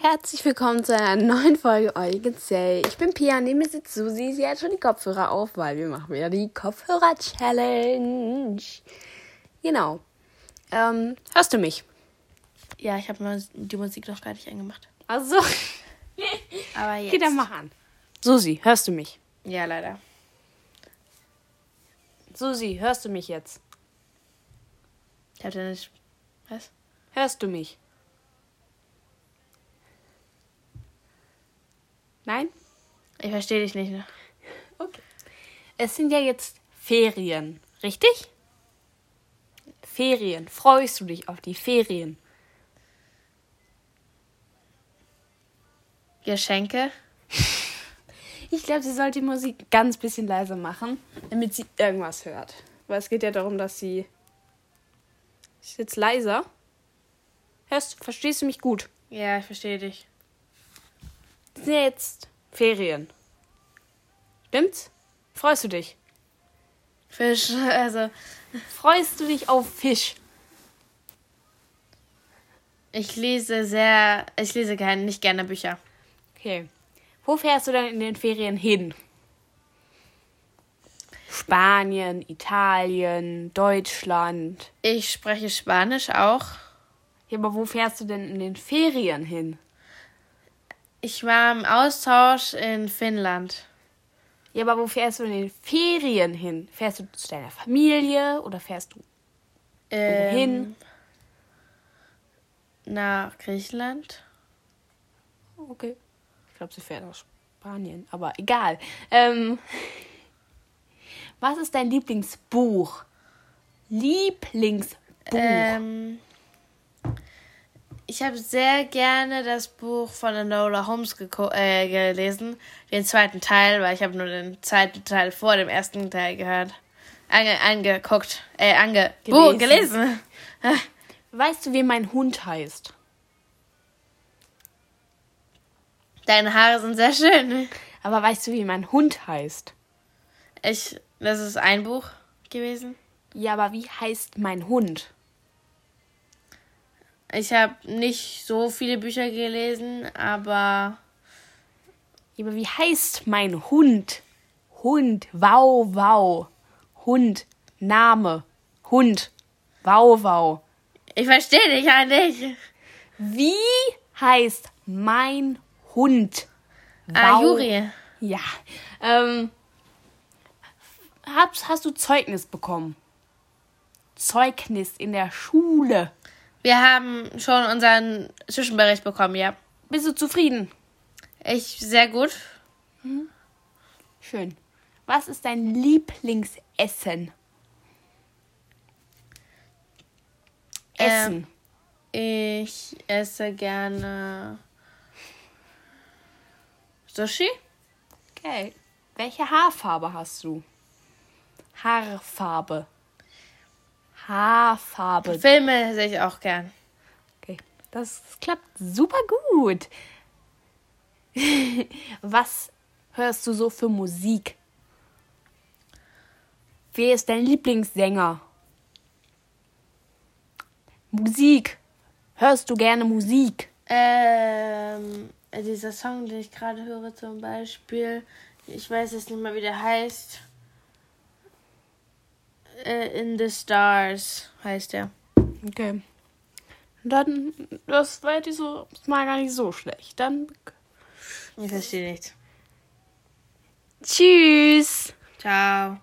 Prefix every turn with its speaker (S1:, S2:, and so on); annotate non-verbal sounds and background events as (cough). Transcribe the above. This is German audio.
S1: Herzlich willkommen zu einer neuen Folge Eugezell. Ich bin Pia, neben mir sitzt Susi. Sie hat schon die Kopfhörer auf, weil wir machen wieder die Kopfhörer-Challenge. Genau. Ähm, hörst du mich?
S2: Ja, ich habe mal die Musik noch gar nicht angemacht.
S1: Also, (laughs)
S2: Aber jetzt.
S1: okay, dann mach an. Susi, hörst du mich?
S2: Ja, leider.
S1: Susi, hörst du mich jetzt?
S2: Ich habe da nicht. Was?
S1: Hörst du mich? Nein?
S2: Ich verstehe dich nicht. Ne?
S1: Okay. Es sind ja jetzt Ferien, richtig? Ferien. Freust du dich auf die Ferien?
S2: Geschenke?
S1: Ich glaube, sie sollte die Musik ganz bisschen leiser machen, damit sie irgendwas hört. Weil es geht ja darum, dass sie. Ist jetzt leiser? Hörst, verstehst du mich gut?
S2: Ja, ich verstehe dich.
S1: Es sind ja jetzt Ferien. Stimmt's? Freust du dich?
S2: Fisch, (laughs) also.
S1: Freust du dich auf Fisch?
S2: Ich lese sehr. Ich lese kein, nicht gerne Bücher.
S1: Okay. Wo fährst du dann in den Ferien hin? Spanien, Italien, Deutschland.
S2: Ich spreche Spanisch auch.
S1: Ja, aber wo fährst du denn in den Ferien hin?
S2: Ich war im Austausch in Finnland.
S1: Ja, aber wo fährst du in den Ferien hin? Fährst du zu deiner Familie oder fährst du
S2: Ähm,
S1: wohin?
S2: Nach Griechenland.
S1: Okay. Ich glaube, sie fährt nach Spanien, aber egal. Ähm, was ist dein Lieblingsbuch? Lieblingsbuch.
S2: Ähm, ich habe sehr gerne das Buch von Enola Holmes geko- äh, gelesen, den zweiten Teil, weil ich habe nur den zweiten Teil vor dem ersten Teil gehört. Ange angeguckt, äh, ange Buch, gelesen.
S1: Weißt du, wie mein Hund heißt?
S2: Deine Haare sind sehr schön.
S1: Aber weißt du, wie mein Hund heißt?
S2: Ich, das ist ein Buch gewesen.
S1: Ja, aber wie heißt mein Hund?
S2: Ich habe nicht so viele Bücher gelesen, aber
S1: Ja, aber wie heißt mein Hund? Hund, wow, wow. Hund, Name. Hund, wow, wow.
S2: ich verstehe dich ja nicht.
S1: Wie heißt mein Hund?
S2: Ah,
S1: Wow.
S2: Juri.
S1: Ja. Ähm, hast, hast du Zeugnis bekommen? Zeugnis in der Schule.
S2: Wir haben schon unseren Zwischenbericht bekommen, ja.
S1: Bist du zufrieden?
S2: Ich sehr gut.
S1: Schön. Was ist dein Lieblingsessen? Essen.
S2: Ich esse gerne Sushi.
S1: Okay. Welche Haarfarbe hast du? Haarfarbe. Haarfarbe.
S2: Filme sehe ich auch gern.
S1: Okay. Das klappt super gut. (laughs) Was hörst du so für Musik? Wer ist dein Lieblingssänger? Musik. Hörst du gerne Musik?
S2: Ähm, dieser Song, den ich gerade höre zum Beispiel, ich weiß jetzt nicht mal, wie der heißt. Äh, In the Stars heißt er.
S1: Okay. Dann, das war die so, das war gar nicht so schlecht. Dann
S2: Ich verstehe nichts.
S1: tschüss.
S2: Ciao.